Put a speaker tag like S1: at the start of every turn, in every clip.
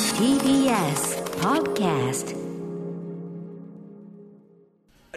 S1: TBS Podcast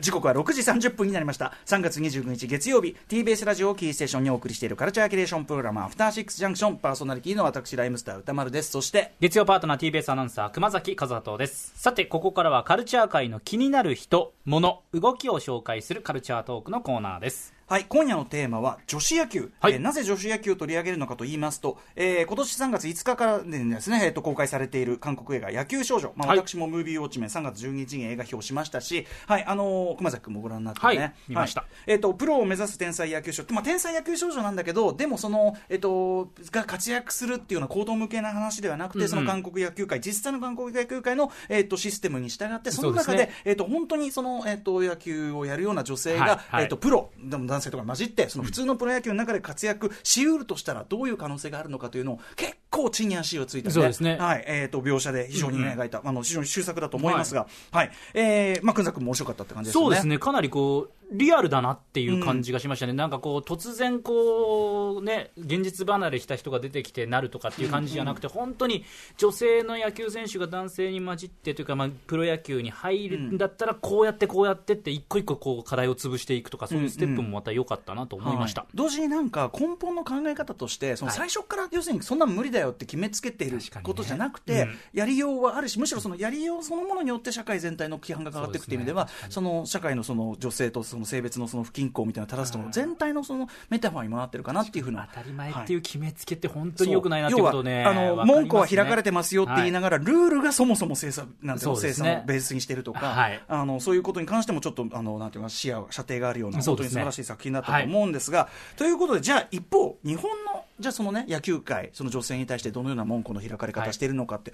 S2: 時刻は6時30分になりました3月29日月曜日 TBS ラジオをキーステーションにお送りしているカルチャーキュレーションプログラム「アフターシックスジャンクション」パーソナリティの私ライムスター歌丸ですそして
S3: 月曜パートナー TBS アナウンサー熊崎和人ですさてここからはカルチャー界の気になる人物動きを紹介するカルチャートークのコーナーです
S2: はい、今夜のテーマは女子野球、
S3: はい
S2: えーなぜ女子野球を取り上げるのかと言いますと、えー今年3月5日からでですね、えーと公開されている韓国映画「野球少女」まあ
S3: はい
S2: 私もムービーウォッチメン3月12日に映画表しましたし、はいあのー熊崎君もご覧になってね、
S3: はい見ました
S2: えー、とプロを目指す天才野球少女、まあ、天才野球少女なんだけどでもその、えー、とが活躍するっていうような行動向けな話ではなくて、
S3: うんうん
S2: その韓国野球界実際の韓国野球界の、えー、とシステムに従ってその
S3: そ
S2: 中
S3: う
S2: で
S3: ですね
S2: えー、と本当にその、えー、と野球をやるような女性が、
S3: はいはい
S2: えー、とプロでも男性とか混じってその普通のプロ野球の中で活躍しうるとしたらどういう可能性があるのかというのを結構地に足をついた、
S3: そうですね
S2: はいえー、と描写で非常にね描いた、あの非常に秀作だと思いますが、はいえーまあ、くんざくんも面白かったって感じですね。
S3: そうですねかなりこうリアルだなっていう感じがしましたね、なんかこう突然こうね現実離れした人が出てきてなるとかっていう感じじゃなくて、本当に女性の野球選手が男性に混じってというか、まあ、プロ野球に入るんだったらこうやってこうやってって一個一個こう課題を潰していくとかそういうステップもまた良かったなと思いました、
S2: はい同時になんか根本の考え方としてその
S3: はい
S2: 最初から要するにそんな無理だよって決めつけている
S3: 確かにね
S2: ことじゃなくて、
S3: うん
S2: やりようはあるしむしろそのやりようそのものによって社会全体の規範が変わっていくという意味ではその社会のその女性とその性別のその不均衡みたいなのを正すとの全体のそのメタファーにもなってるかなっていうふうな
S3: 当たり前って
S2: は
S3: いう
S2: い
S3: 決めつけって本当に良くないなってことをね、
S2: 要はあの、
S3: わかりますね
S2: 門戸は開かれてますよって言いながら、ルールがそもそも精査なんていうの
S3: そうで
S2: 精
S3: す
S2: 査
S3: ね
S2: のベースにしてるとか、
S3: はい
S2: あのそういうことに関してもちょっとあのなんていうか視野射程があるような
S3: そ
S2: 本
S3: う
S2: 当
S3: で
S2: に
S3: す
S2: 素
S3: ね
S2: 晴らしい作品だったと思うんですが、ということでじゃあ一方日本のじゃあそのね野球界その女性に対してどのような門戸の開かれ方しているのかって、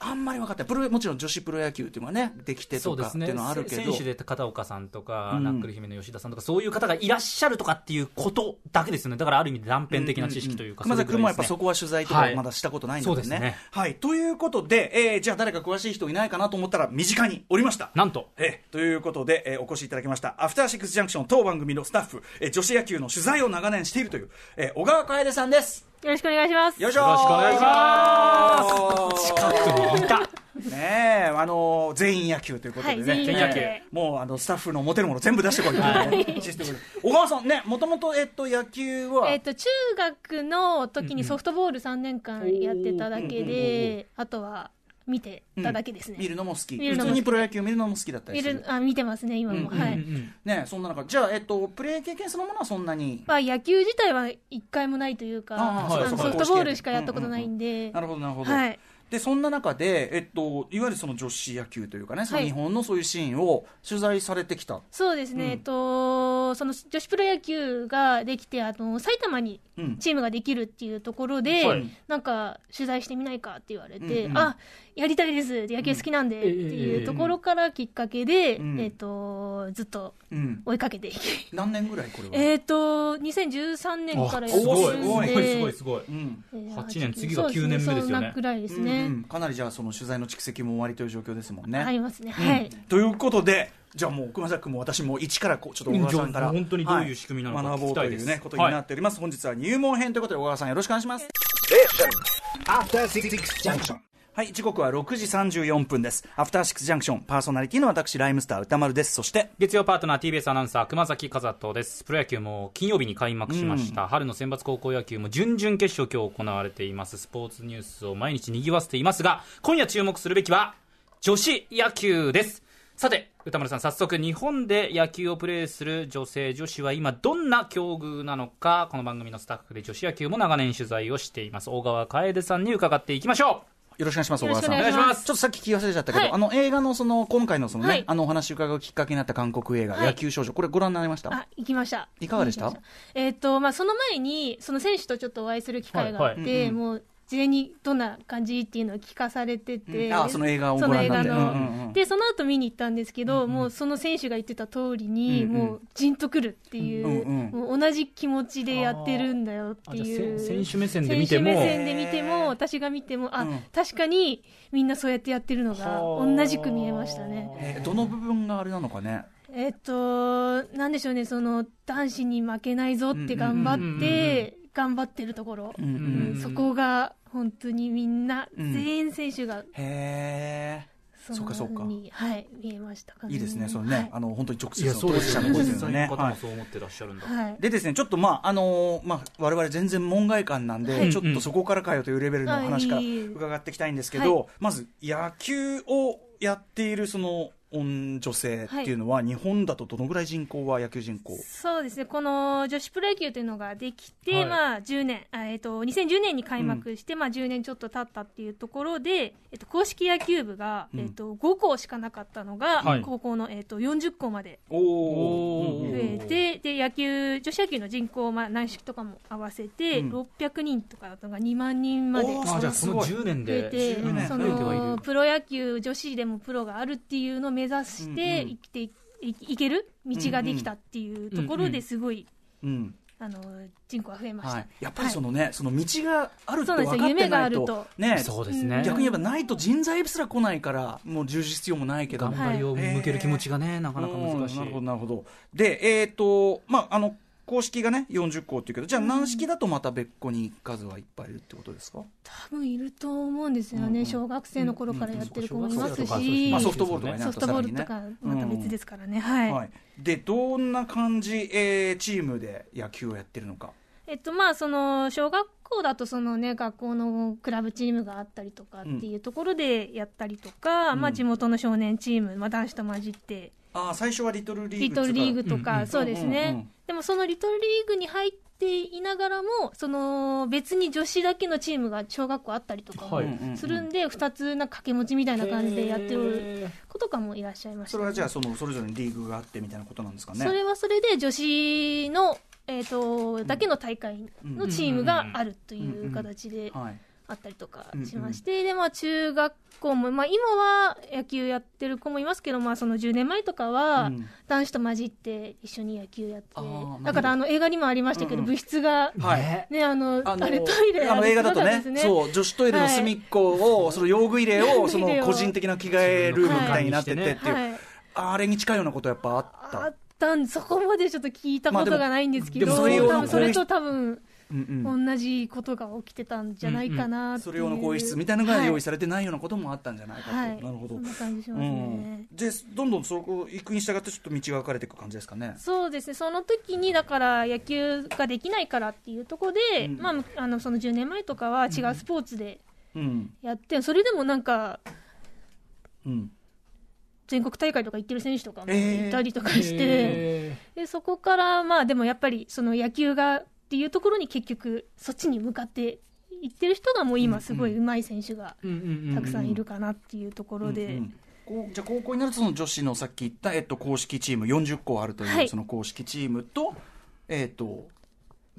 S2: あんまり分かってないプロもちろん女子プロ野球っていうのはねできてと
S3: そうで
S2: かって
S3: す
S2: い
S3: ね
S2: うのはあるけど、
S3: 選手で片岡さんとか、
S2: うん
S3: ナックル姫の吉田さんとか、そういう方がいらっしゃるとかっていうことだけですよね、だからある意味、断片的な知識というか、
S2: 熊
S3: それ
S2: 崎
S3: ぐら
S2: 君もや
S3: い
S2: っ
S3: で
S2: ぱ
S3: すね
S2: そこは取材とか
S3: はい
S2: まだしたことないんだよね。
S3: そうですね
S2: はい、ということで、えーじゃあ誰か詳しい人いないかなと思ったら身近におりました。
S3: なんと、
S2: えーということで、えーお越しいただきました、アフターシックスジャンクション当番組のスタッフ、えー女子野球の取材を長年しているという、えー小川楓さんです。
S4: よろしくお願いします。
S2: よいしょ
S3: よろしくお願いします近くにいた、
S2: ねえ、あのー全員野球ということでね、
S4: はい全員
S3: 野球
S2: えーもうあのスタッフの持てるもの全部出してこいというねシステムで小川さんね、もともと、えっと、野球は、
S4: えっと、中学の時にソフトボール3年間やってただけで、あとは見てただけです
S2: 見
S4: ね。
S2: るのも好き
S4: 見る
S2: 普
S4: のも好き
S2: 通にプロ野球見るのも好きだったり
S4: 見
S2: す
S4: る
S2: る、
S4: あ、見てますね、今も。
S2: うん
S4: は
S3: う
S4: い。
S3: ん
S2: ね、そんな中じゃあ、えっと、プレー経験そのものはそんなに
S4: まあ、野球自体は一回もないというか、
S2: あ
S4: あ
S3: ーはい
S4: の
S3: そ
S4: ソ
S3: うか
S4: フトボールしかやったことないんで
S2: な、るほどなるほど、
S4: はい。
S2: でそんな中で、えっと、いわゆるその女子野球というかねその
S4: はい
S2: 日本のそういうシーンを取材されてきた、
S4: そうですね、
S2: うん
S4: えっと、その女子プロ野球ができて、あの、埼玉に
S2: うん
S4: チームができるっていうところで、
S2: はい
S4: なんか取材してみないかって言われて、
S2: うんうん
S4: あやりたいですで野球好きなんでっていうところからきっかけで、
S2: うん
S4: えっとずっと
S2: うん、
S4: 追いかけて、
S2: 何年ぐらいこれは、
S4: えっと2013年からや
S3: す
S4: ってるん
S3: ご
S4: で
S3: い、すごい、すごい、すごい。
S2: うん
S4: えー
S3: 八年
S4: 八
S3: 次が九年目ですよね
S4: そうそんなくらいですね、
S2: うんうんかなりじゃあその取材の蓄積も終わりという状況ですもんね、
S4: ありますねは
S2: う
S4: い、
S2: んということでじゃあもう熊崎君も私も一からこうちょっと小川さんから
S3: うんじゃあ本当にどういう仕組みなのか
S2: はい
S3: 聞きたいです
S2: 学ぼうというねことになっております、本日は入門編ということで小川さんよろしくお願いします
S5: After Six Junction.
S2: はい時刻は6時34分ですアフターシックスジャンクションパーソナリティの私ライムスター歌丸ですそして
S3: 月曜パートナー TBS アナウンサー熊崎和人ですプロ野球も金曜日に開幕しました、春の選抜高校野球も準々決勝今日行われていますスポーツニュースを毎日にぎわせていますが今夜注目するべきは女子野球ですさて歌丸さん早速日本で野球をプレーする女性女子は今どんな境遇なのかこの番組のスタッフで女子野球も長年取材をしています大川楓さんに伺っていきましょ
S2: よろしくお願いします小
S4: よ
S2: 川
S4: ろ
S2: さん
S4: しくお願いし
S3: お願いしま
S4: ますす
S2: ちょっとさっき聞き忘れちゃったけど、
S4: はい
S2: あの映画のその今回のそのね、
S4: はい
S2: あのお話伺うきっかけになった韓国映画、
S4: はい
S2: 野球少女これご覧になりました
S4: あ行きました
S2: いかがでした
S4: 行きまえっ、とまあその前にその選手とちょっとお会いする機会があって、
S2: はいはいうんうん
S4: もう事前にどんな感じっていうのを聞かされてて、
S2: うんあその映画をご覧になって
S4: その映画の
S2: うんうんうん
S4: でその後見に行ったんですけど、もうその選手が言ってた通りに、
S2: うんうん
S4: もうじんとくるっていう,、
S2: うんうん
S4: もう同じ気持ちでやってるんだよっていう
S3: あじゃあせ選手目線で見ても
S4: 選手目線で見ても私が見てもあ、
S2: うん
S4: 確かにみんなそうやってやってるのが同じく見えましたね。
S2: えーどの部分があれなのかね
S4: えっと、なんでしょうね、その男子に負けないぞって頑張って、頑張ってるところ、
S2: うんうん
S4: うんそこが本当にみんな、
S2: うん
S4: 全員選手が
S2: へえそ
S4: そんな
S2: うかそう
S4: ふ
S2: か
S4: うにはい、見えましたかね。
S2: いいですね、それね、
S4: はい
S2: あの本当に直接
S3: いや
S2: の
S3: そう
S2: 当
S3: で
S2: 事
S3: す
S2: 者の
S3: よね
S2: 声ですよね。
S3: 実際の方
S2: は
S3: も
S2: い
S3: そう思ってらっしゃるんだ、
S4: はい
S2: でですね、ちょっとまあ、あのーまあ、我々全然門外漢なんで、
S4: はい
S2: ちょっとそこからかよというレベルのお話から
S4: うんうん
S2: 伺っていきたいんですけど、
S4: は
S2: まず野球をやっているその女女性っていうのは、日本だとどのぐらい人口は野球人口
S4: そうですね、この女子プロ野球というのができて、
S3: はい
S4: まあ10年、あえっ、と2010年に開幕して、まあ10年ちょっと経ったっていうところで、えっと公式野球部が、
S2: うん
S4: えっと5校しかなかったのが、
S3: はい
S4: 高校のえっと40校まで
S2: お
S3: お
S4: 増
S3: ー
S4: えて、で野球女子野球の人口まあ軟式とかも合わせて、
S2: うん
S4: 600人とかが2万人まで。
S2: おー
S3: あじゃあその
S2: それ
S3: 10年
S4: 増え
S3: で
S4: て、
S2: 10年
S4: そ
S3: 増えてはいる
S4: のプロ野球女子でもプロがあるっていうのを目指して
S2: うんうん
S4: 生きてい,、いける道ができたっていうところ
S3: うんう
S4: で
S3: ん
S4: すごい、
S2: うん
S4: あの人口は増えました、
S2: はい、やっぱりそのね、その道があるって
S4: そう
S2: 分
S4: な
S2: かっ
S4: んですよ
S2: て
S4: 夢が
S2: な
S4: あ
S2: い
S4: ると
S2: と、ね、
S3: そうですね
S2: 逆に言えばないと人材すら来ないから、もう充実必要もないけど、
S3: 頑張りを向ける気持ちがね、なかなか難し
S2: うん
S3: い
S2: なるほど、なるほど。で、えっ、と、まあ、あの、公式がね、40校っていうけど、じゃあ軟式だとまた別個に数はいっぱいいるってことですか、
S4: 多分いると思うんですよね、
S2: うんうん
S4: 小学生の頃からやってる子もい
S3: 小
S4: ま
S3: 学生と
S4: す
S3: かそう
S4: し、
S3: ですね
S2: まあ、ソフトボールとかにな
S4: ソ
S2: る
S4: フ
S2: と
S4: トボール
S2: さ
S4: と
S2: ら
S4: か
S2: にね
S4: また別ですからね、はい、
S2: はい、でどんな感じ、えーチームで野球をやってるのか、
S4: えっとまあその小学校だとそのね学校のクラブチームがあったりとかっていうところでやったりとか、
S2: うん
S4: まあ地元の少年チーム、まあ、男子と混じって
S2: あー最初はリトルリーグ
S4: リトルリーグと
S3: うんうん
S4: か、
S3: うん
S4: そうですね、
S2: うんうん
S4: でもそのリトルリーグに入っていながらも、その別に女子だけのチームが小学校あったりとか
S3: はい
S4: も
S2: うんうんうん
S4: するんで、2つなんか掛け持ちみたいな感じでやってる子とかもいらっしゃいました、
S2: それはじゃあそのそれぞれにリーグがあってみたいなことなんですかね
S4: それはそれで女子の、えーとだけの大会のチームがあるという形で
S2: はい
S4: あったりとかしまして、でまあ、中学校も、まあ、今は野球やってる子もいますけど、まあ、その10年前とか
S2: う
S4: は
S2: ん
S4: 男子と混じって一緒に野球やって
S2: あーなるほど
S4: だからあの映画にもありましたけ
S2: うん
S4: ど
S2: うん
S4: 部室が、
S2: はい
S4: ね、あのあ
S2: の
S4: れトイレ
S2: あの映画だと
S4: あれ
S2: ね
S4: すごかったです
S2: そう女子トイレの隅っこを、その用具入れをその個人的な着替えルームみたいになっててっていう、
S4: はい、
S2: あれに近いようなことやっぱあった
S4: あったんそこまでちょっと聞いたことがないんですけど、
S2: まあでもでも
S4: 多分
S2: そ
S4: そ
S2: れ用の
S4: れと多分
S2: うんうん
S4: 同じことが起きてたんじゃないかなって
S2: そ
S4: いう、
S2: れ用の更衣室みたいなのが用意
S4: し
S2: されてないようなこともあったんじゃないかと、
S4: はい、
S2: なるほど、
S4: そんな感じし
S2: う
S4: ますね、
S2: ん、でどんどんそこ行くに従ってちょっと道が分かれていく感じですかね
S4: そうですね、その時にだから野球ができないからっていうところで、
S2: うん
S4: まあ、あのその10年前とかは違うスポーツで
S2: うん
S4: やって、それでもなんか
S2: うん
S4: 全国大会とか行ってる選手とかも
S2: えー
S4: いたりとかして、でそこからまあでもやっぱりその野球がっていうところに結局そっちに向かって行ってる人がもう今すごい上手い選手がたくさんいるかなっていうところで、
S2: うんうんこうじゃあ高校になるとその女子のさっき言った、えっと、公式チーム40校あるという、
S4: はい
S2: その公式チームとえっと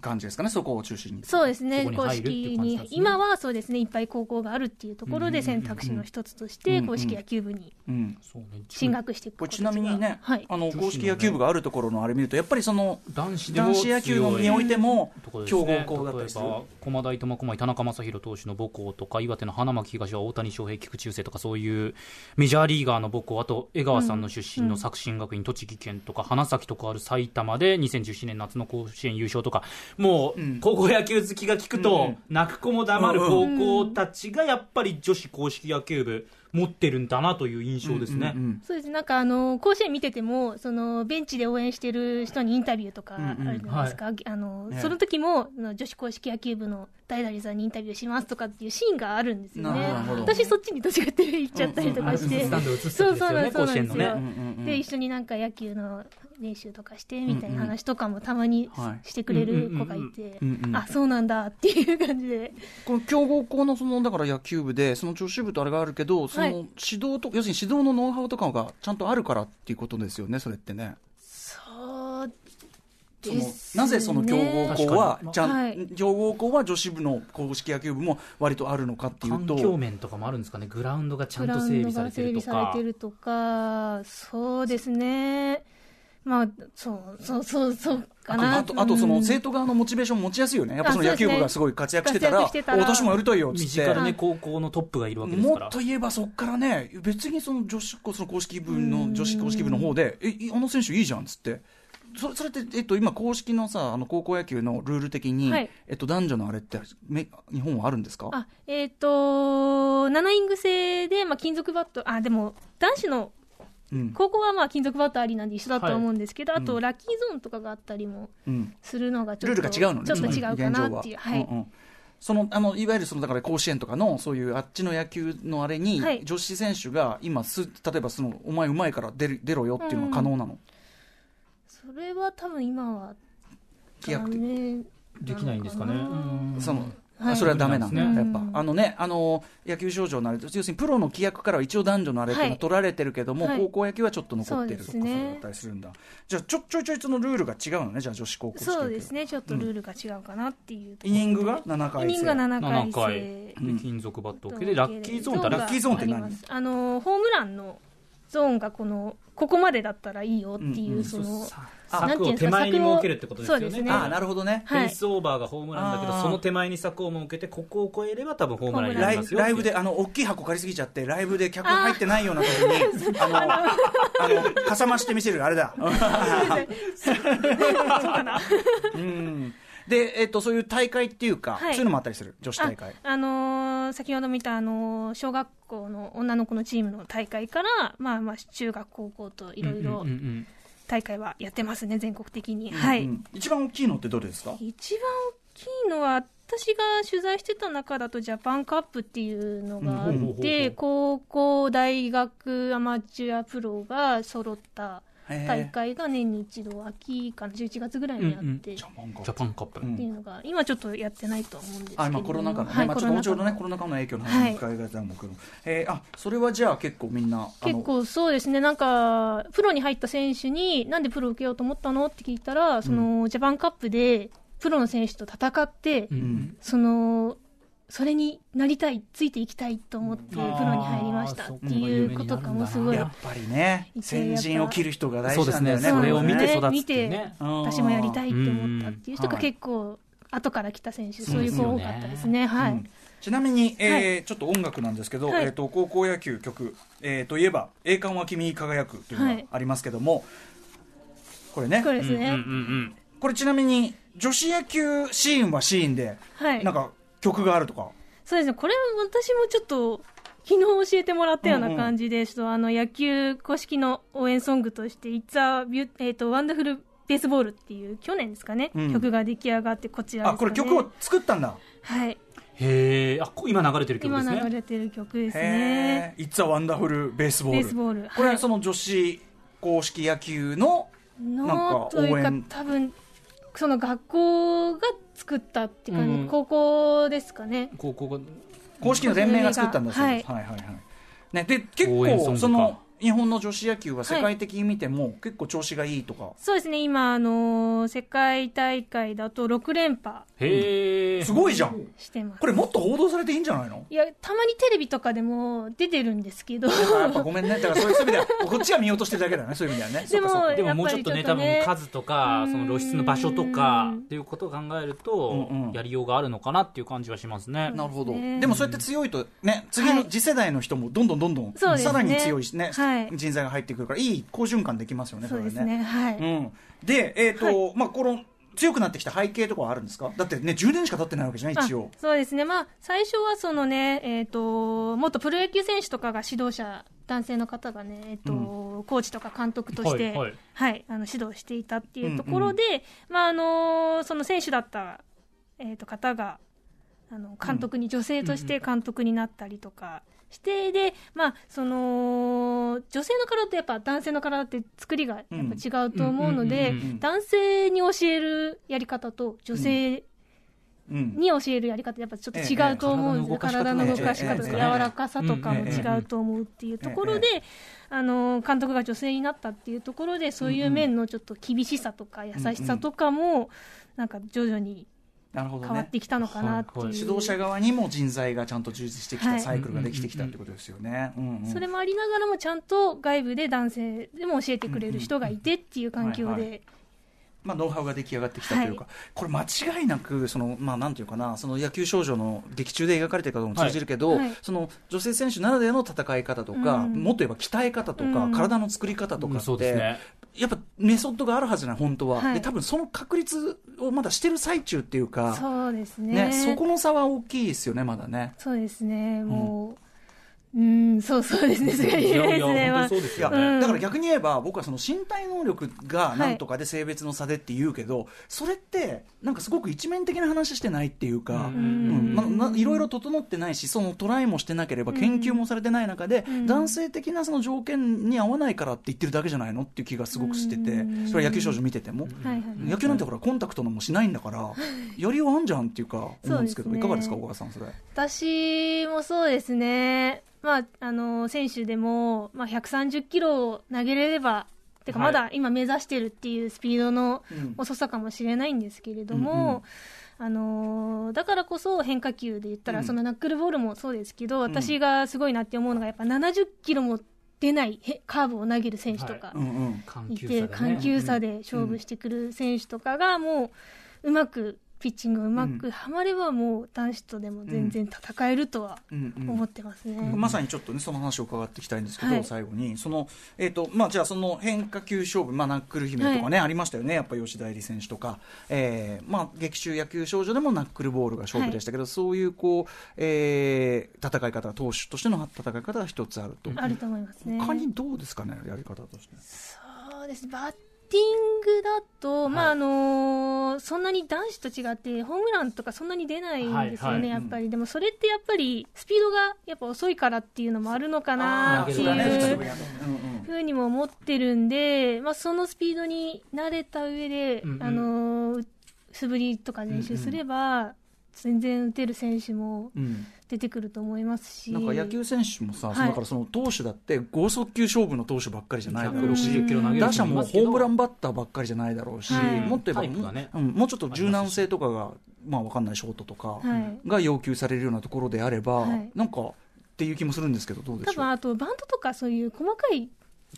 S2: 感じですかねそこを中心に
S4: そうですね
S3: そこに
S4: 公
S3: 入るっていう
S4: 式
S3: 感じ
S4: に、
S3: なんですね
S4: 今はそうですねいっぱい高校があるっていうところで選択肢の一つとして
S2: うん
S4: 公式野球部に
S2: うん、
S3: そうね
S4: 進学していく
S2: こ
S4: 子
S2: れ
S4: た
S2: ち
S4: ちが
S2: なみにね、
S4: はい、
S2: あの公式野球部があるところのあれ見るとやっぱりその
S3: 男子でも
S2: 男子野球のにおいても
S3: 強い
S2: 強豪校だったりす
S3: 例
S2: る
S3: えば駒大苫小牧田中将大投手の母校とか岩手の花巻東は大谷翔平菊池雄星とかそういうメジャーリーガーの母校あと江川さんの出身の作新学院、栃木県とか花咲とかある埼玉で2017年夏の甲子園優勝とかも
S2: うん
S3: う高校野球好きが聞く
S2: うんう
S3: と
S2: ん
S3: 泣く子も黙る高校たちがやっぱり女子公式野球部持ってるんだなという印象ですね
S2: うん。うん
S4: そうですねなんかあの甲子園見ててもそのベンチで応援してる人にインタビューとかあるじゃないですか、あの
S2: ね
S4: その時もあの女子公式野球部の誰々さんにインタビューしますとかっていうシーンがあるんですよね
S2: なるほど
S4: 私そっちにどっちかって行っちゃったりとかして、
S3: スタンド映す
S4: そ
S3: ん
S4: う
S3: です
S4: そう
S3: よ
S4: なんで
S3: ね
S4: すそ
S3: 甲
S4: うな
S3: 子
S4: ん
S3: 園
S4: で
S3: の
S4: す
S3: ね
S4: よ、。
S2: うんうん
S4: で一緒になんか野球の練習とかしてみたいな話とかもたまに
S2: うんうんはい
S4: してくれる子がいて
S2: うんうんうん
S4: あそうなんだっていう感じで
S2: この強豪校のそのだから野球部でその女子部とあれがあるけどその
S4: はい
S2: 指導と、要するに指導のノウハウとかがちゃんとあるからっていうことですよねそれってね。
S4: そう
S2: そ
S4: で
S2: の
S4: す
S2: なぜその強豪校は
S3: 確かに
S2: ちゃん、
S4: はい
S2: 強豪校は女子部の公式野球部も割とあるのかっていう
S3: 環
S2: と。
S3: 境面とかもあるんですかね、グラウンドがちゃ
S4: グ
S3: ん
S4: ラ
S3: と
S4: ウ
S3: 整
S4: ン
S3: 備
S4: ド
S3: さ
S4: が
S3: れてると
S4: 整備さ
S3: か
S4: れ、てるとかそうですねまあそうそうそうそうか
S2: あ
S4: な
S2: とあとあとその
S4: うん
S2: 生徒側のモチベーション持ちやすいよね、やっぱその
S4: あそ
S2: 野
S4: うです
S2: 球
S4: ね
S2: 部がすごい活躍してたら、
S4: 活躍してたら
S2: 私もやるといよっ
S3: 身
S2: つって
S3: 近、なね、高校のトップがいるわけです
S2: も
S3: か
S2: っ
S3: ら
S2: と、言えばそこからね、別にその女子その公式部の女子公式部の方で、えいあの選手いいじゃんっつって、それそれって、えっと、今、公式のさ、あの高校野球のルール的に、
S4: はい
S2: えっと、男女のあれってめ、日本はあるんですか
S4: あえっ、と7イング制で、まあ、金属バットあでも男子の
S2: うん
S4: 高校はまあ金属バットありなんで一緒だとは思うんですけど、
S2: い
S4: あとラッキーゾーンとかがあったりも
S2: うん、
S4: するのがちょ
S2: ル
S4: っ
S2: ー
S4: と
S2: ルが違うのね、
S4: ちょっと違うかなっていう、
S2: 現状は
S4: は、
S2: いうんうんそのあのいわゆるそのだから甲子園とかのそういうあっちの野球のあれに、
S4: はい
S2: 女子選手が今す、例えばそのお前うまいから出る出ろよっていうのは可能なの、
S4: それは多分今は
S2: 規約的に
S4: メ
S3: できないんですかね。うん
S2: その
S4: はい
S2: それはダメなんだ、
S3: うん
S2: やっぱあのねあの野球少女のあれ要するにプロの規約からは一応男女のあれっていうの
S4: は
S2: はい取られてるけども、
S4: はい
S2: 高校野球はちょっと残ってる
S4: そ
S2: と
S4: うです
S2: か
S4: ね
S2: だったりするんだじゃあちょちょいちょいそのルールが違うのねじゃあ女子高校野球
S4: そうですねちょっとルールが違うかなっていうと
S2: イ
S4: ころ
S2: ニ
S4: で
S2: ングが7回
S4: イニングが7回
S3: 7回
S4: 制
S3: で金属バットを受けてラッキーゾーンってあれ
S2: ラッキーゾーンって何
S4: ありますあのホームランのゾーンがこのここまでだったらいいよっていう、そのな
S3: 柵
S4: んてい
S3: を
S4: うんです
S3: 手
S4: か
S3: 前に設けるってことですよね。
S4: そうですね
S2: ああなるほどね
S3: フ
S4: は
S3: ェ
S4: い
S3: イスオーバーがホームランだけど、
S2: あー
S3: その手前に柵を設けて、ここを越えれば多分ホームランにな
S2: ラ
S3: り
S2: イ
S3: ますよ。
S2: ライブであの大きい箱借りすぎちゃってライブで客入ってないような時 にあのあのかさ増して見せるあれだ うんで、えっと、そういう大会っていうか、
S4: はい
S2: そういうのもあったりする女子大会
S4: ああのー先ほど見た、あのー小学校の女の子のチームの大会から、まあまあ、中学、高校とい
S3: うんうん
S4: ろい
S3: うん
S4: ろ
S3: うん
S4: 大会はやってますね、全国的に。は
S2: う
S4: い、
S2: ん一番大きいのってどれですか
S4: 一番大きいのは、私が取材してた中だと、ジャパンカップっていうのがあ
S3: うんほうほうほ
S4: っ
S3: うほう
S4: て、高校、大学、アマチュア、プロが揃った大会が年に一度、秋かな、11月ぐらいにあ
S3: うんう
S4: っ
S3: ん
S4: て。
S3: ジャパンカップ。
S2: うん
S4: っていうのが、今ちょっとやってないとは思うんですけど
S2: あ
S4: も
S2: 今コロナ禍のね、
S4: はい
S2: まあ、ち
S4: コ
S2: ょっと
S4: ロナ
S2: もちろ
S4: 禍
S2: ん
S4: の
S2: ねコロナ禍の影響の話も伺いたいもんけど、えーあそれはじゃあ結構みんなあの
S4: 結構そうですね、なんか、プロに入った選手に、なんでプロ受けようと思ったのって聞いたら、そのジャパンカップでプロの選手と戦って、
S3: うん
S2: ん
S4: そのそれになりたい、ついていきたいと思って、プロに入りましたっていうことかもすごい、
S2: やっぱりね
S4: 一定や
S2: 先
S4: っぱ
S2: 陣を切る人が大
S3: そう
S2: 事
S3: で
S2: な
S3: す
S2: んだよね
S3: ね。そ
S4: こ
S3: れ
S4: れ
S3: を
S4: を
S3: 見
S4: 見
S3: て
S4: て
S3: 育
S4: 育
S3: つ
S4: つ
S3: っ
S4: ってて
S3: い
S4: いうう
S3: ね
S4: ね。
S2: うん
S4: 私もやりたいって思ったっていう人が結構、後から来た選手、そういう子多かったですね。は
S2: う
S4: い
S2: んちなみに、えー
S4: は
S2: ちょっと音楽なんですけど、
S4: はい
S2: えー、と高校野球曲、えー、といえば「栄冠は君に輝く」というのがありますけども、これね
S4: こ
S2: こ
S4: れ
S2: れ
S4: で
S3: う
S4: す
S3: んう
S4: ね
S3: ん。うん
S2: ちなみに女子野球シーンはシーンで、
S4: はい
S2: なん。か曲があるとか
S4: そうですね、これは私もちょっと、昨日教えてもらったような感じで、ちょっとあの野球公式の応援ソングとして、It's a b e a u えっ、と、ワンダフルベースボールっていう、去年ですかね、
S2: うん
S4: 曲が出来上がって、こちらですか、ね。
S2: あこれ曲を作ったんだ
S4: はい。
S3: へえ、あ、こ今流れてる曲
S4: 今
S3: です
S4: 流
S3: ね。
S4: れてる曲ですね。
S2: へえ「It's a Wonderful Baseball」
S4: ベースボール。
S2: これ
S4: は
S2: はいその女子公式野球のなんか
S4: のという
S2: 応
S4: か
S2: 援、
S4: 多分、その学校が作ったって感じ、
S3: うん
S4: 高校ですかね。
S3: こうこうこう
S2: 公式の連盟が作ったんだそうです、はいはいはいね、で結
S3: 応援ソン
S2: 構
S3: グか
S2: その日本の女子野球は世界的に見ても結構調子がいいとか、
S4: そうですね、今、あのー世界大会だと6連覇
S3: へえ。
S2: すごいじゃん
S4: してます
S2: こ。れもっと報道されていいんじゃない の
S4: いや、たまにテレビとかでも出てるんですけど、
S2: やっぱごめんねだからそういうそういう意味ではこっちが見落としてるだけだよねそういう意味ではね
S4: でも
S2: そうかそうか
S3: でももうちょっとね
S4: やっ
S3: 多
S4: ぱりちょっとね
S3: 分数とか
S4: うん
S3: その露出の場所とかっていうことを考えると
S2: うんうん
S3: やりようがあるのかなっていう感じはしますね。
S2: なるほど、
S4: ね
S2: でもそうやって強いとね次
S4: は
S2: の
S4: い
S2: 次世代の人もどんどんどんどん
S4: そ
S2: さ
S4: うですね
S2: らに強いしね、
S4: はい
S2: 人材が入ってくるからいい好循環できますよね
S4: そう
S2: れ
S4: で
S2: は
S4: すね、はい。
S2: うん、で、えっとまあ、この強くなってきた背景とかはあるんですかだってね10年しか経ってないわけじゃない一応
S4: あそうですね、まあ、最初はそのね、えっともっとプロ野球選手とかが指導者、男性の方がね、えっとコーチとか監督として、
S3: は
S4: はいい
S3: はい
S4: あの指導していたっていうところで、まああのーその選手だった、えっと方があの監督に、女性として監督になったりとか。してでまあ、その女性の体とやっぱ男性の体って作りがやっぱ違うと思うの
S3: う
S4: で
S3: んうんうんうん
S2: うん
S4: 男性に教えるやり方と女性
S2: うん
S4: に教えるやり方やっぱちょっと違うと思うんですよ、
S3: ええええ
S4: 体の動かし
S2: 体の動かし方と
S4: 方
S2: か
S4: とか
S2: ね
S4: 柔らかさとかも違うと思うっていうところで、
S2: え
S4: あの監督が女性になったっていうところでそういう面のちょっと厳しさとか優しさとかも、なんか徐々に
S2: なるほど
S4: 変わ
S2: ね
S4: ってきたのかなっていう、
S3: はいはい
S2: 指導者側にも人材がちゃんと充実してきた、
S4: はい
S2: サイクルができてきたってことですよね。うんうん
S4: それもありながらもちゃんと外部で男性でも教えてくれる人がいてっていう環境
S2: はい
S4: で、
S2: はまあ、ノウハウが出来上がってきたというか、これ、間違いなくその、まあ、なんていうかな、その野球少女の劇中で描かれてることも通じるけど、
S4: はいはい
S2: その女性選手ならではの戦い方とか、
S4: うん
S2: もっと言えば鍛え方とか、
S4: うん
S2: 体の作り方とか
S3: うん
S2: って、
S3: そうですね。
S2: やっぱメソッドがあるはずない、本当は、
S4: はい
S2: で多分その確率をまだしてる最中っていうか、
S4: そうですね
S2: ね、そこの差は大きいですよね、まだね。
S4: そうですねもううん、そうそうですねそれは言えない
S3: やい
S4: で
S3: や本当に
S4: すねまあ
S3: そうです
S2: い
S3: よ
S2: や
S3: ね、
S4: うん
S2: だから逆に言えば、僕はその身体能力がなんとかで性別の差でって言うけど、それって、なんかすごく一面的な話してないっていうか、
S3: うん
S2: うんま
S4: うん
S2: な、いろいろ整ってないし、そのトライもしてなければ、研究もされてない中で、
S4: ん
S2: 男性的なその条件に合わないからって言ってるだけじゃないのっていう気がすごくしてて、
S4: うん
S2: それは野球少女見てても。
S4: はいはい
S2: 野球なんてほらコンタクトのもしないんだ からやりようあんじゃんっていうか思うんですけど
S4: そうですね
S2: いかがですか小川さんそれ
S4: 私もそうですね、まあ、あの選手でも、まあ、130キロを投げれれば、てか
S3: は
S4: ま
S3: い
S4: だ今目指してるっていうスピードの
S2: うん
S4: 遅さかもしれないんですけれど
S2: うんうん
S4: も、あのだからこそ変化球で言ったら、
S2: うん
S4: そのナックルボールもそうですけど、私がすごいなって思うのが、やっぱ70キロも出ないへカーブを投げる選手とか
S2: う、んうん
S3: 緩急
S4: いて、
S3: 差でね
S4: 緩急差で勝負してくる選手とかが、もう、うまく、ピッチングがうま
S2: う
S4: くはまれば、もう男子とでも全然戦えるとは
S2: うんうん
S4: 思ってますね。
S2: まさにちょっとねその話を伺っていきたいんですけど、
S4: はい
S2: 最後にその、えーとまあ、じゃあその変化球勝負、まあ、ナックル姫とかね、ありましたよねやっぱ吉田絵里選手とか、えーまあ、劇中野球少女でもナックルボールが勝負でしたけど、そういうこう、えー戦い方投手としての戦い方が一つあると、
S4: あると思いますね。
S2: 他にどうですかねやり方として。
S4: そうですバッティングだと、まああのーそんなに男子と違ってホームランとかそんなに出ないんですよ
S3: は
S4: ね、
S3: いはい
S4: やっぱり、でもそれってやっぱりスピードがやっぱ遅いからっていうのもあるのかなって
S3: あーなるほど
S4: い
S3: ね
S4: うふうにも思ってるんで、まあ、そのスピードに慣れた上で、
S3: うんうん
S4: あのー素振りとか練習すれば、全然打てる選手も
S2: うん
S4: 出てくると思いますし。
S2: なんか野球選手もさ、
S4: い
S2: そのだからその投手だって剛速球勝負の投手ばっかりじゃないだろうし
S3: 160キロ投げる
S2: 打者もホームラ
S3: ン
S2: ンバッターばっかりじゃないだろうし、
S4: はい
S2: もっと言えば
S3: タイプがね
S2: うん、もうちょっと柔軟性とかが、まあ、わかんないショートとか
S4: はい
S2: が要求されるようなところであれば、
S4: はい
S2: なんかっていう気もするんですけど、どうで
S4: 多
S2: しょ
S4: 分
S2: う。
S4: あとバントとかそういう細かい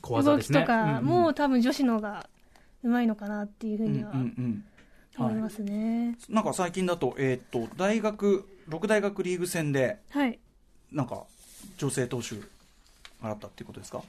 S3: 小技
S4: 動
S3: で
S4: き
S3: すね
S4: とか
S3: うん
S4: も多分女子の方がうまいのかなっていうふう
S2: うんう
S4: に
S2: ん
S4: は
S2: うん
S4: 思いますね。
S2: なんか最近だと、えーっと大学六大学リーグ戦で
S4: はい、
S2: なんか女性投手があったっていうことですか。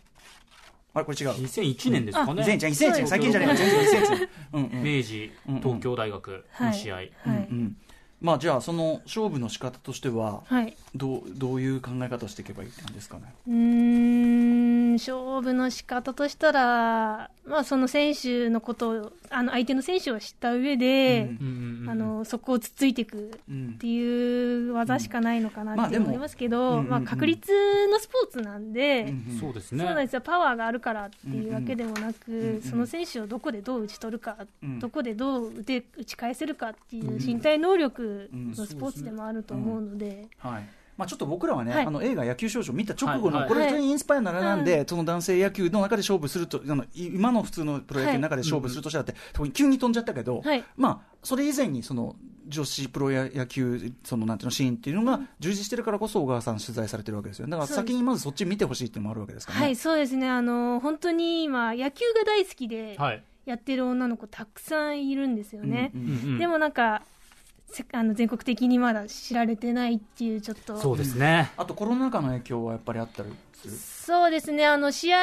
S2: あれこれ違う。
S3: 2001年ですかね
S2: 2001年2001年最近じゃない。全然2001年うんうん。
S3: 明治
S2: うんうん
S3: 東京大学
S4: は
S3: の
S4: い、
S3: 試合、
S4: はい、
S2: うんうんまあじゃあその勝負の仕方としては
S4: はい、
S2: どうどういう考え方をしていけばいいんですかね。
S4: うーん、勝負の仕方としたら、まあその選手のことを、あの相手の選手を知った上で、
S2: うん
S3: うんうんうん
S4: あのそこをつっついていく。
S2: うん
S4: っていう技しかないのか
S2: うんま
S4: な
S2: あ
S4: って
S2: でも
S4: 思いますけど、
S2: うん
S4: ま
S2: う
S4: あ
S2: んうん
S4: 確率のスポーツなんで、
S2: うん
S3: そうです
S4: そう
S3: ね
S4: なんですよパワーがあるからっていうわけでもなく、
S2: んうん
S4: その選手をどこでどう打ち取るか、
S2: うん
S4: どこでどう打て打ち返せるかっていう身体能力
S2: うんうん
S4: のスポーツでもあると思うので、
S2: はいまあ、ちょっと僕らはね、
S4: はい
S2: あの映画「野球少女」見た直後の、
S3: はい
S2: これ
S4: はい
S2: 普通にインスパイアにならなんで、その男性野球の中で勝負するとあのい今の普通のプロ野球の中で勝負するとしたらって、そこに急に飛んじゃったけど、
S4: はい
S2: まあ、それ以前にその女子プロ野球そのなんていうのシーンっていうのが充実してるからこそ小川さん取材されてるわけですよねだから
S4: そうです
S2: 先にまずそっち見てほしいっていうのもあるわけですからね。
S4: はい、そうですね、あの本当に今、野球が大好きで
S3: はい、
S4: やってる女の子、たくさんいるんですよね。
S2: うんう
S3: うんんうん
S4: でもなんかせあの全国的にまだ知られてないっていうちょっと
S3: そうですね、
S2: あとコロナ禍の影響はやっぱりあったりする
S4: そうですね、あの試合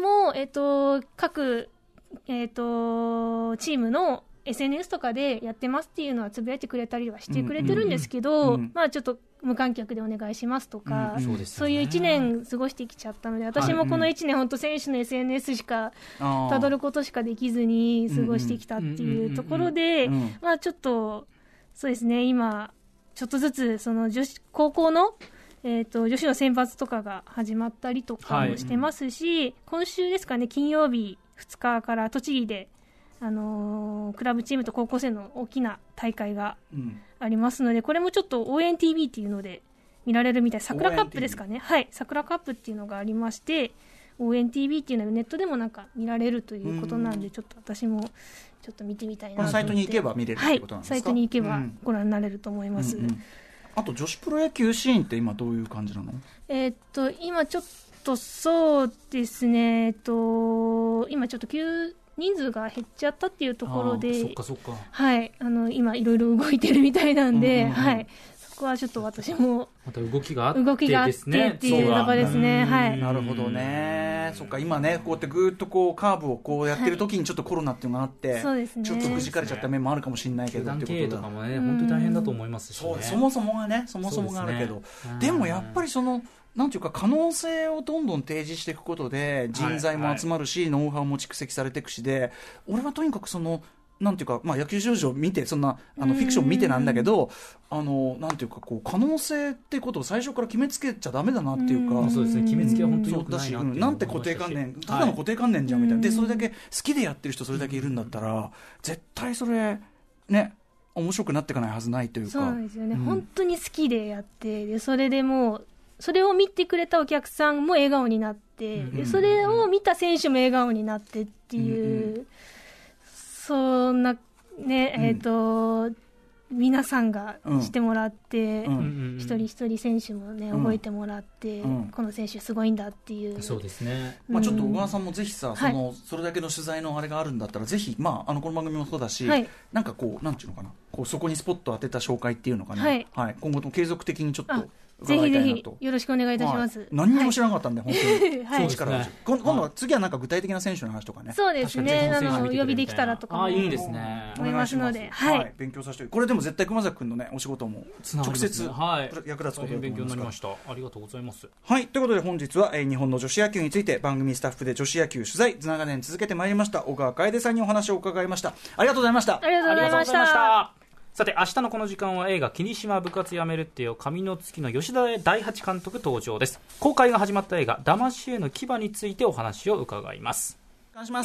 S4: も、えっと、各、えっと、チームの SNS とかでやってますっていうのはつぶやいてくれたりはしてくれてるんですけ
S2: うんうん
S4: ど、
S2: うんうん
S4: まあ、ちょっと無観客でお願いしますとか、
S2: うん
S3: そうですよ
S4: そういう1年過ごしてきちゃったので、私もこの1年、本当、選手の SNS しか、
S2: あー
S4: たどることしかできずに過ごしてきたっていうところで
S2: うんうんうんうん、
S4: まあ、ちょっと、そうですね、今、ちょっとずつその女子高校の、えー、と女子の選抜とかが始まったりとかもしてますし、今週ですかね、金曜日2日から栃木で、あのークラブチームと高校生の大きな大会が
S2: うん
S4: ありますので、これもちょっと応援 TV っていうので見られるみたい、桜カップですかね、はい、桜カップっていうのがありまして、応援 TV っていうのはネットでもなんか見られるということなんで、ちょっと私もちょっと見てみたいな
S2: このサイトに行けば見れるっ
S4: は
S2: て
S4: い
S2: ことなん、ですか、
S4: サイトに行け
S2: う
S4: ば
S2: ん
S4: ご覧になれると思います。
S2: うんうんあと女子プロ野球シーンって今どういう感じなの
S4: えーっと、今ちょっとそうですね、えっと、今ちょっと急人数が減っちゃったっていうところ
S2: あ
S4: で
S3: そっ、かそっか
S4: はい、あの今いろいろ動いてるみたいなん
S2: う
S4: で、
S2: んうんうん
S4: はい、そこはちょっと私も
S3: また動きがあって
S4: 動きがあっ
S3: で
S4: て
S3: すね
S4: っていうとこですね。はい。
S2: なるほどね、そっか、今ね、こうやってぐーっとこうカーブをこうやってる時にちょっとコロナっていうのがあって、
S4: そうですね
S2: ちょっとくじかれちゃった面もあるかもしれないけど
S3: 球
S2: っ
S3: 団
S2: て
S3: 経
S2: い
S3: 営
S2: うことと
S3: か
S2: だ。
S3: もね本当に大変だと思いますしね
S2: そうそもそもがね、そもそもがあるけど、
S3: そうですね
S2: でもやっぱりその、なんていうか、可能性をどんどん提示していくことで、人材も集まるし、ノウハウも蓄積されていくしで、俺はとにかくその、なんていうか、まあ、野球少女見て、そんな、あの、フィクション見てなんだけど、あの、なんていうか、こう、可能性ってことを最初から決めつけちゃダメだなっていうか、
S3: そうですね決めつけは本当に
S2: そ
S3: 良
S2: う
S3: く
S2: だ
S3: ない
S2: し、
S3: な
S2: う、
S3: っていうんの
S2: な
S3: は思
S2: んて
S3: いま
S2: 固
S3: し
S2: 定
S3: たし
S2: 観念、ただの固定観念じゃんみたいな、でそれだけ好きでやってる人、それだけいるんだったら、絶対それ、ね、面白くなっていかないはずないという
S4: そうな
S2: か
S4: ん、ですよね、
S2: うん
S4: 本当に好きでやってでそれでもうそれを見てくれたお客さんも笑顔になって、
S3: うん
S4: でそれを見た選手も笑顔になってっていう、そんなね
S2: うん
S4: えっ、と皆さんがしてもらって、
S2: うん
S3: うんうんうん
S4: 一人一人選手もね
S2: うん
S4: 覚えてもらって、
S2: うん
S4: この選手すごいんだっていう
S3: そうですね
S2: まあ、ちょっと
S4: うん
S2: 小川さんもぜひさ、そのそれだけの取材のあれがあるんだったら、ぜひ、まあ、あのこの番組もそうだし、
S4: はい
S2: なんかこう、なんていうのかな、こうそこにスポットを当てた紹介っていうのかな、
S4: はい
S2: 今後とも継続的にちょっと
S4: あぜ
S2: 伺
S4: ひ
S2: い
S4: ぜ
S2: たいな
S4: ひ
S2: と。
S4: よろしくお願いいたします、
S2: はい何にも知らなかったんで、本当に。
S4: はい
S2: そっちから
S3: そうですね
S2: 今今度は次はなんか具体的な選手の話とかね。
S4: そうですねあ
S3: 確かに
S4: の
S3: 日本選手見てくれみたいな
S4: 呼びできたらとかも
S3: あいいですね
S4: 思いますので
S2: はい、
S4: はい
S2: 勉強させてこれでも絶対熊崎君のねお仕事も
S3: つなが
S2: 直
S3: りますね
S2: 接
S3: はい
S2: 役立つことだと思いますから
S3: 大変勉強になりましたありがとうございます
S2: はいということで本日は、えー日本の女子野球について番組スタッフで女子野球取材長年続けてまいりました小川楓さんにお話を伺いましたありがとうございました
S4: ありがとうございまし
S3: ありがとうござい
S4: た
S3: ましたさて明日のこの時間は映画「霧島部活やめるってよ髪の月」の吉田大八監督登場です公開が始まった映画「騙しへの牙」についてお話を伺います
S2: お願いします